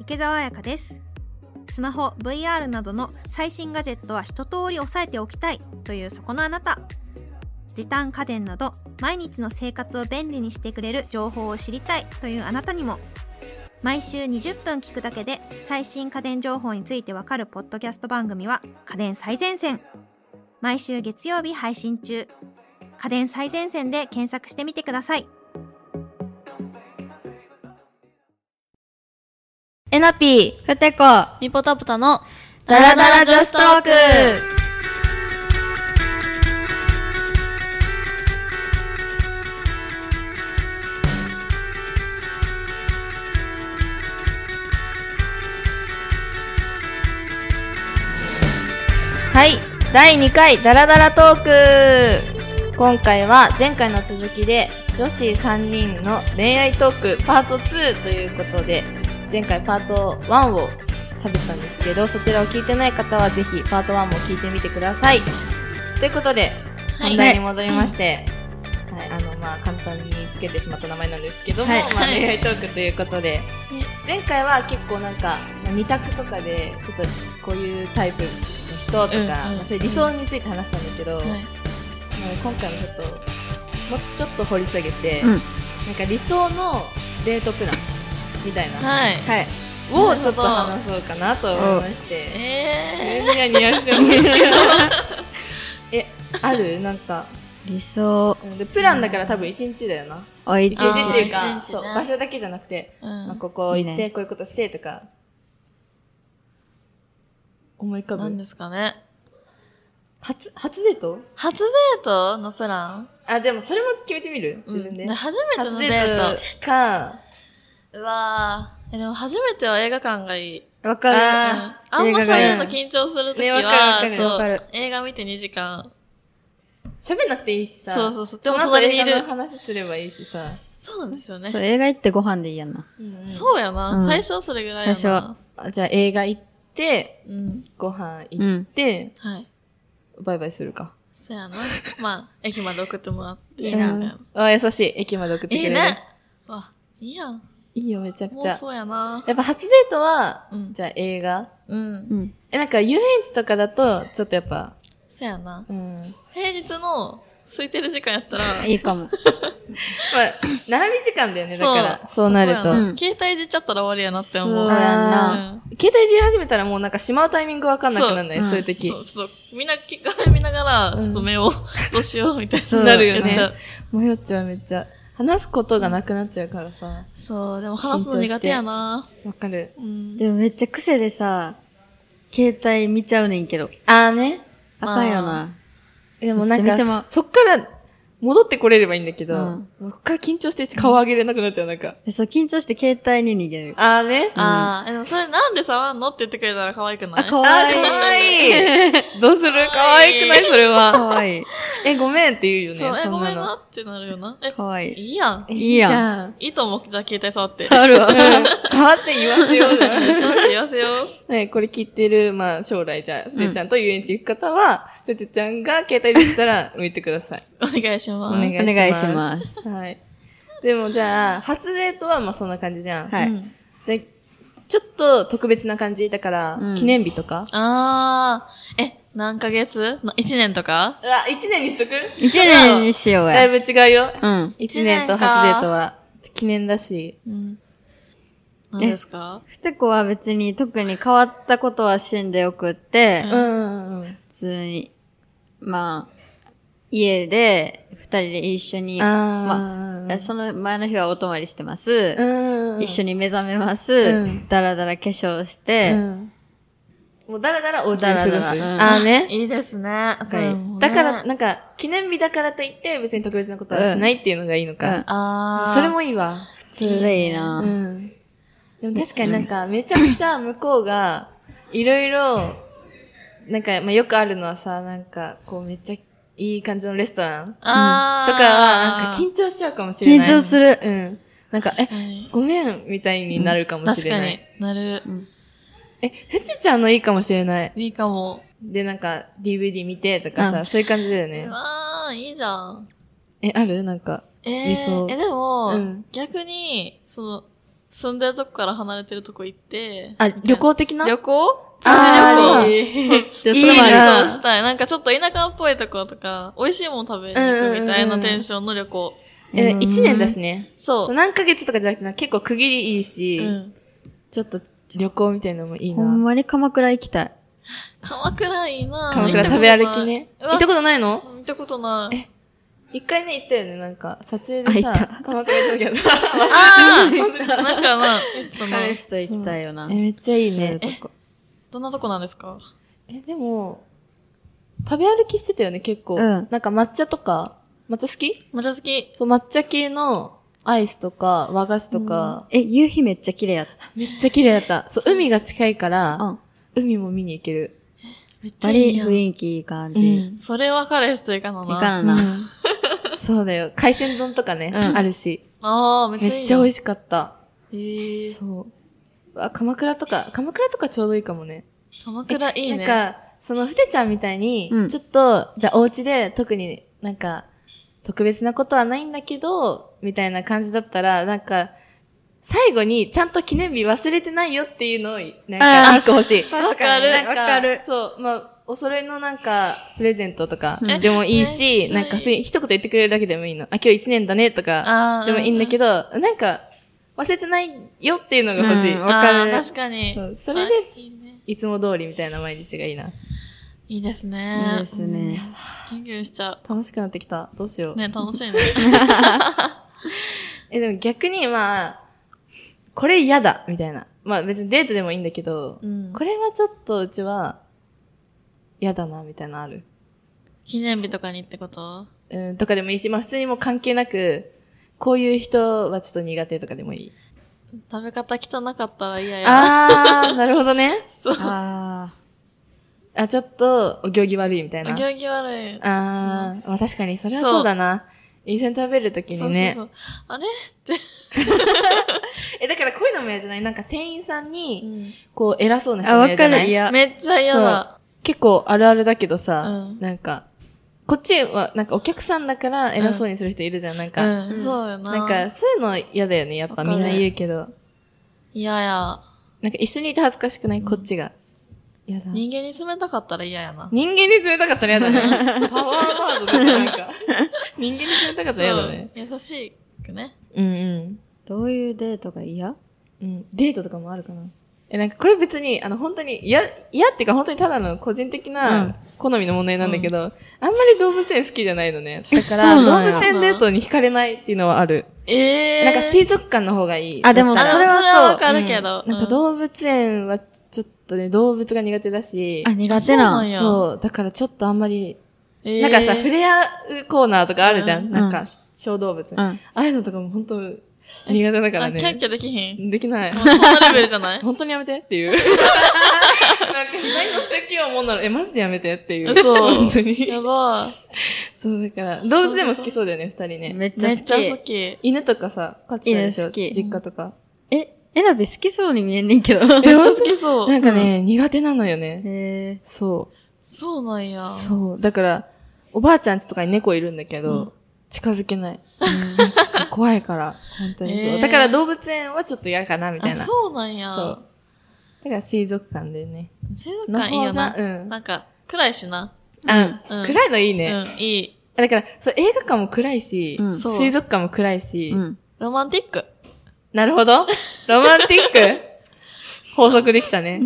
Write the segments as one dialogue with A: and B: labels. A: 池澤彩香ですスマホ VR などの最新ガジェットは一通り押さえておきたいというそこのあなた時短家電など毎日の生活を便利にしてくれる情報を知りたいというあなたにも毎週20分聞くだけで最新家電情報についてわかるポッドキャスト番組は家電最前線毎週月曜日配信中家電最前線で検索してみてくださいえなぴーふてこ
B: ミポタプタの
A: ダラダラ女子トーク
B: はい第2回ダラダラトーク今回は前回の続きで女子3人の恋愛トークパート2ということで前回パート1を喋ったんですけどそちらを聞いてない方はぜひパート1も聞いてみてくださいということで
C: はい
B: 本題に戻りまして、はいあのまあ簡単につけてしまった名前なんですけども、
C: はい
B: まあ、恋愛トークということで前回は結構なんか、まあ、二択とかでちょっとこういうタイプの人とか、
C: うんうん
B: まあそういう理想について話したんだけど、
C: はい
B: もう今回もちょっともうちょっと掘り下げて、
A: うん
B: なんか理想のデートプランみたいな、
C: はい
B: はい、をちょっと話そうかなと思いまして
C: え
B: ニヤニヤしてますけど えあるなんか
A: 理想
B: うんでプランだから多分一日だよな
A: おい
B: 一
A: ち
B: 日っていう
C: あー一
B: か、
C: 日ね
B: そう場所だけじゃなくて
C: ーうん
B: まあ、ここ行
A: い
B: っ
A: い
B: て
A: ね
B: こういうことしてとか思い浮か
C: 何
B: ぶ
C: ですかね
B: 初初デート
C: 初デートのプラン
B: あでもそれも決めてみる自分で、
C: うん初めて
B: 初
C: の
B: デ
C: デー
B: ー
C: ト
B: トか
C: うわーえでも初めては映画館がいい
A: わかる
B: あ
C: あんま喋るの
B: 映画がいい
C: 緊張するとき
B: ねわかるわ
C: は、
B: かる
C: そ
A: わかる
C: う、映画見て2時間。
B: 喋んなくていいしさ
C: そうそうそうでも
B: その後
C: 隣にいる
B: 映画の話すればいいしさ、
C: そうなんですよ
A: そう
C: ね。
A: 映画行ってご飯でいいやんな
B: うん
C: そうやな。
A: うん
C: 最初はそれぐらいやな。
A: 最初は。
B: あじゃあ映画行って
C: うん。
B: ご飯行って、
C: はい。
B: バイバイするか
C: そうやな。まあ、駅まで送ってもらって。
A: いいな
C: みた
B: あ優しい駅まで送ってく
C: い
B: れ
C: い
B: る
C: ね。わ、いいやん。
B: いいよめちゃく
C: も
B: ち
C: う
B: ゃ
C: そうやな。
B: やっぱ初デートは、
C: うん
B: じゃあ映画
C: うん。
A: うん
B: えなんか遊園地とかだとちょっとやっぱ
C: そうやな。
B: うん
C: 平日の空いてる時間やったら、
A: いいかも
B: まあ、並び時間だよね、だから。そうなると。
C: そうや
A: う
C: なん携帯いじっちゃったら終わりやなって思う。
A: そう
B: やんな
C: うん
B: 携帯いじり始めたらもうなんかしまうタイミングわかんなくなんない、
A: そ
B: そうういう時
C: そ。う、ちょっと、みんな、画面見ながら、ちょっ と目を、どうしよう、みたい
B: そ
C: に
B: う
C: な
B: な
C: る
B: る
C: よ
B: よね
C: ね。やっちゃう。
B: 迷っちゃうめっちゃ。話すことがなくなっちゃうからさ。
C: そう、でも話すの苦手やな。
B: わかる。
C: うん。
A: でもめっちゃ癖でさ携帯見ちゃうねんけど
B: あーね。
A: あかんよな
B: でもなん
A: めっちゃ見てま
B: か、そっから戻ってこれればいいんだけど、
A: うん
B: もうこっから緊張して顔上げれなくなっちゃう、なんか。
A: えそう緊張して携帯に逃げる
B: あーね。
C: ああ、でもそれなんで触んのって言ってくれたら可愛くな
A: あ
C: い
A: か
B: あ
A: わい
B: ー、
A: い
B: かわいい。どうするかわいくないそれ
A: か
B: は。
A: わいい
B: え、ごめんって言うよね。
C: そう、え、
B: ん
C: ご
B: の
C: めんなってなるよな。え、
A: かわい
C: い
A: い
C: いやん。
A: いいやん
B: じゃん。
C: いいと思う。じゃあ携帯触って。
A: 触るわ
B: 触って言わせようじゃん
C: 触って言わせよう。
B: ね、これ聞いてる、まあ、将来じゃあ、ふ
A: ん
B: てちゃんと遊園地行く方は、ふてちゃんが携帯できたら 見てください。
C: お願いしま
B: お
C: す。
B: 願いします。
A: お願いします。
B: はい。でもじゃあ、初デートはまあそんな感じじゃん。
A: はい
C: うん
B: で、ちょっと特別な感じだから、
A: うん
B: 記念日とか
C: ああ、え、何ヶ月な ?1 年とか
B: うわ、一年にしとく
A: 一年にしよう
B: だい
A: や
B: ぶ違うよ。
A: うん
B: 一年と
C: 一年か
B: 初デートは記念だし。
C: うん。何ですか
A: ふてこは別に特に変わったことはしんでよくって、
C: うん
B: うんうんうん。
A: 普通に、まあ、家で二人で一緒に、
B: あー
A: まあ、その前の日はお泊まりしてます。
B: うん
A: 一緒
B: に。
A: に目覚めます。
B: うん
A: だらだら化粧し
B: う
A: て、
B: ん。もうだらだらお家で過ごす。
A: だらだらうん
B: あーね。
C: いいですね。それもね
B: だから、、なんか、記念日だからといって、別に特別なことはしないっていうのがいいのか。
C: ああ。
B: それ、もいいわ。
A: 普通でいいな、
B: うん。でも確かになんか、めちゃくちゃ向こうが、いろいろ、なんか、まあ、よくあるのはさ、なんか、こう、めっちゃいい感じのレストランとか
C: あ
B: は、
C: あ。
B: なんか緊張しちゃうかもしれ
A: 緊
B: ない。
A: 張する。
B: うん。なんか、え、
C: 張
B: ごめん、みたいになるかもし
C: 確
B: れ
C: か
B: な
C: に
B: い。
C: なる。
B: え、ふちちゃんのいいかもしれない。
C: いいかも。
B: で、なんか、DVD 見てとか
A: う
B: さ、そういう感じだよね
C: う。わー、いいじゃん。
B: え、あるなんか。
C: えー、
B: 理想
C: え、でも、
B: うん
C: 逆に、その、住んでるとこから離れてるとこ行って。
B: あ、
C: みたいな
B: 旅行的な
C: 旅行プチ
B: あ い
C: 旅行そう
B: い
C: いうことを
B: な
C: し。たい。なんかちょっと田舎っぽいとことか、美味しいもの食べに行くみたいなテンションの旅行。
B: え、1年だしね。
C: そ
B: そうう。何ヶ月とかじゃなくてな、結構区切りいいし、
C: うん
B: ちょっと旅行みたいなのもいい
D: ほん
B: な。
D: まに鎌倉行きたい。
C: 鎌倉いいなぁ
B: 鎌倉食べ歩きね。行
C: 行
B: っ
C: ったた
B: ことないの
C: ことない。見たことない。
B: 一回ね、行ったよね、なんか、撮影で
D: あ行
B: さ
D: っ、
B: 鎌倉行ったけど。
C: ああなんかな、えっとな
D: 彼氏と行きたいよな。
B: え、めっちゃいい
D: そういう
B: ね
D: と。こ。
C: どんなとこなんですか
B: え、でも、食べ歩きしてたよね、結構。
D: うん
B: なんか抹茶とか、抹茶好き
C: 抹茶好き。
B: そう、抹茶系のアイスとか、和菓子とか、
D: え、夕日めっちゃ綺麗やっ
B: めっちゃ綺麗だった。そう、海が近いか
D: た。
B: ら、
D: うん。
B: 海も見に行ける。
C: めっちゃい
D: 割
C: い
D: り
C: やん
D: 雰囲気いい感じ。
C: それは彼氏といかな
D: 行
C: な。
D: かな
B: う
D: な。
B: んそうだよ。海鮮丼とかね、
D: うん
B: あるし。
C: ああ、めっちゃいい。
B: めっちゃ美
C: 美味し
B: 味しかった。
C: い。え
B: そう。うわ、鎌倉とか、鎌倉とかちょうどいいかもね。
C: ー、鎌倉いいね。
B: なんか、そのふてちゃんみたいに、
D: うん
B: ちょっと、じゃあお家で特になんか、特別なことはないんだけど、みたいな感じだったら、なんか、最後にちゃんと記念日忘れてないよっていうのを、なんか、一個欲しい。
C: わかる。
B: なん
D: わかる。
B: そう、まあ、お揃いのなんか、プレゼントとか
D: うん
B: でもいい
C: え
B: し、なんか、
C: めっ
B: そ
C: ちゃ
B: う
C: い
B: いう一言言ってくれるだけでもいいの。あ、今日一年だねとか、
C: ああ。
B: でもいいんだけ
C: ど。
B: ど、なんか、忘れてないよっていうのが欲しい。
D: うんわ
C: あ
D: かる
C: あー、確かに。
B: そうそれで
C: あいいね。
B: いつも通りみたいな毎日がいいな。
C: いいですね。
D: いいですね。
C: うん。研究しちゃ
B: 楽しくなってきた。どうしよう。
C: う。ね、楽し いね。
B: え、でも逆に、まあ、これ嫌だ、みたいな。まあ別にデートでもいいんだけど、
C: うん
B: これはちょっとうちは、嫌だな、みたいなのある。
C: 記念日とかにってこと
B: うん、とかでもいいし、まあ普通にもう関係なく、こういう人はちょっと苦手とかでもいい。
C: 食べ方汚かったら嫌や。
B: あー、なるほどね。
C: そう。
D: あ
B: あ、ちょっと、お行儀悪いみたいな。
C: お行儀悪い。
B: あー、まあ確かに、それは
C: そう
B: そうだな。一緒に食べるとき
C: そ
B: に
C: う
B: ね。
C: そうそう。あれ
B: え、だからこういうのも嫌じゃないなんか店員さん
C: う
B: に、
C: ん
B: こう、偉そうな
D: ー。
B: 人
D: あ、
B: も嫌
D: わ
B: じゃ
D: か
B: ない
D: る。いや。
C: めっちゃ嫌だ。
B: 結構あるあるだけどさ、
C: うん
B: なんか、こっちは、なんかお客さんだから偉そうにする人いるじゃん、なんか。
C: うん。そうよな。
B: なんか、、そういうの嫌だよね、やっぱ
C: わか
B: み
C: る
B: んな言うけど。
C: 嫌や。
B: なんか一緒にいて恥ずかしくない、こっちが。嫌だ。人
C: 人間に冷たかったら嫌やな。
B: 間に冷たかったら嫌だね。パワーワードだね、なんか。 人間に冷たかったら嫌だね。
C: そう優しくね。
B: うんうん。
D: どういうデートが嫌
B: うん。デートとかもあるかな。え、なんかこれ別に、あの、本当に、いや、嫌っていうか本当にただの個人的
D: うん
B: な好みの問題なんだけど、あんまり動物園好きじゃないのね。だから、
D: そ
B: 動
D: うなん
B: 物
D: や
B: 園デートに惹かれないっていうのはある。
C: ええー。
B: なんか水族館の方がいい。
D: あでも
B: だった
D: そ
B: ら
D: れはそう
C: わかるけど。
B: なんか動物園はちょっとね、動物が苦手だし、
D: あ、苦手
C: そう
D: な
C: なん
D: ん。
C: や
B: そう、だからちょっとあんまり、
C: うんえー
B: なんかさ、触れ合うコーナーとかあるじゃん。
C: うん
B: なんか、小動物、
D: う
B: あ
D: ん。
B: あいうのとかも本当苦手だから
C: あ、キャ
B: ね。
C: ッキャできひん。
B: できない
C: も。うそんなレベルじ ゃない
B: 本当にやめてっていう。なんか膝に乗ってきようもんなら、え、マジでやめてっていう。
C: 嘘
B: 本当
C: や
B: に。
C: ば
B: そう、だから、動物でも好きそうだよね、二人
D: め
B: ね。
D: っ
C: い。
D: ちゃ
C: め
D: 好
C: っちゃ好
D: き。
C: き。
B: 犬とかさ、飼ってたでしょ
D: 犬好き
B: 実家とか。
D: え、エナビ好きそうに見えんねんけ ど。
C: めっちゃ好きそう。
B: なんかね、苦手なのよね。
D: え
B: そ
C: そうなんや。
B: う。そう。だから、おばあちゃん家とかに猫いるんだけど、
C: うん
B: 近づけない。 怖いから、本当にそう、
C: えー
B: だから動物園はちょっと嫌かな、みたい
C: あ、
B: な。
C: そうなんや
B: そ。うだから水族館でね。
C: 水族館いいよな。
B: の方がうん
C: なんか、暗いしな。
B: うん
C: うん
B: 暗いのいいね。
C: うん、いい。
B: だから、そう、映画館も暗いし、
D: うん
C: そう
B: 水族館も暗いし、
D: ー。うん。
C: ロマンティッ ク。
B: なるほど。ロマンティッ ク法則できたね。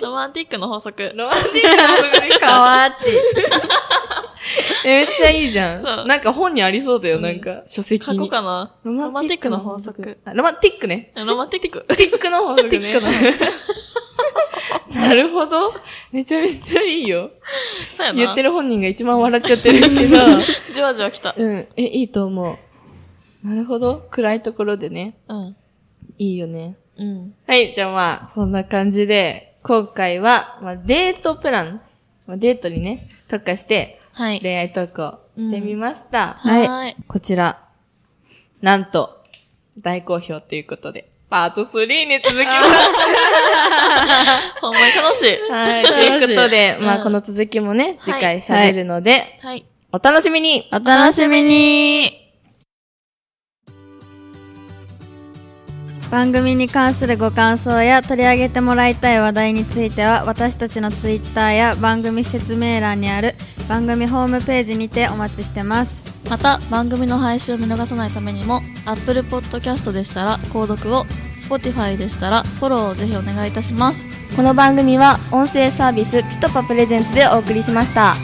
C: ロマンティックの法則。
B: ロマンティックの法則で き
D: か
B: た。
D: わち。
B: えめっちゃいいじゃん。
C: そう
B: なんか本にありそうだよ、なんか、書籍
C: 過
B: に。
C: 去かな
B: ロ
C: ロマ
B: マ
C: ン
B: ン
C: テ
B: ティック
C: ィックの
B: の
C: 法
B: 法
C: 則
B: 則。。あロマンティックね。
C: ロマンティック。
B: ティックの法則ね。 なるほど。めちゃめちゃいいよ。
C: そうやな。
B: 言ってる本人が一番笑っちゃってるけ ど。
C: じわじわ来た。
B: うん。え、いいと思う。なるほど。暗いところでね。
C: うん。
B: いいよね。
C: うん。
B: はい、じゃあまあ、そんな感じで、今回は、まあ、デートプラン、まあ、デートにね、特化して、
C: はい。
B: 恋愛トークをしてみました。
D: はい
C: はい。
B: こちら、なんと、大好評ということで、パート3に続き ます。
C: ほんまに楽 しい。
B: はい、ということで、
C: うん
B: まあ、この続きもね、次
C: はい
B: 回喋るので、
C: はい。
B: お楽しみに
D: お楽しみに
B: 番
D: 番組に関するご感想や取り上げてもらいたい話題については私たちのツイッターや番組説明欄にある番組ホームページにてお待ちしてます
C: また番組の配信を見逃さないためにも Apple Podcast でしたら購読を Spotify でしたらフォローをぜひお願いいたします
B: この番組は音声サービスピトパプレゼンツでお送りしました。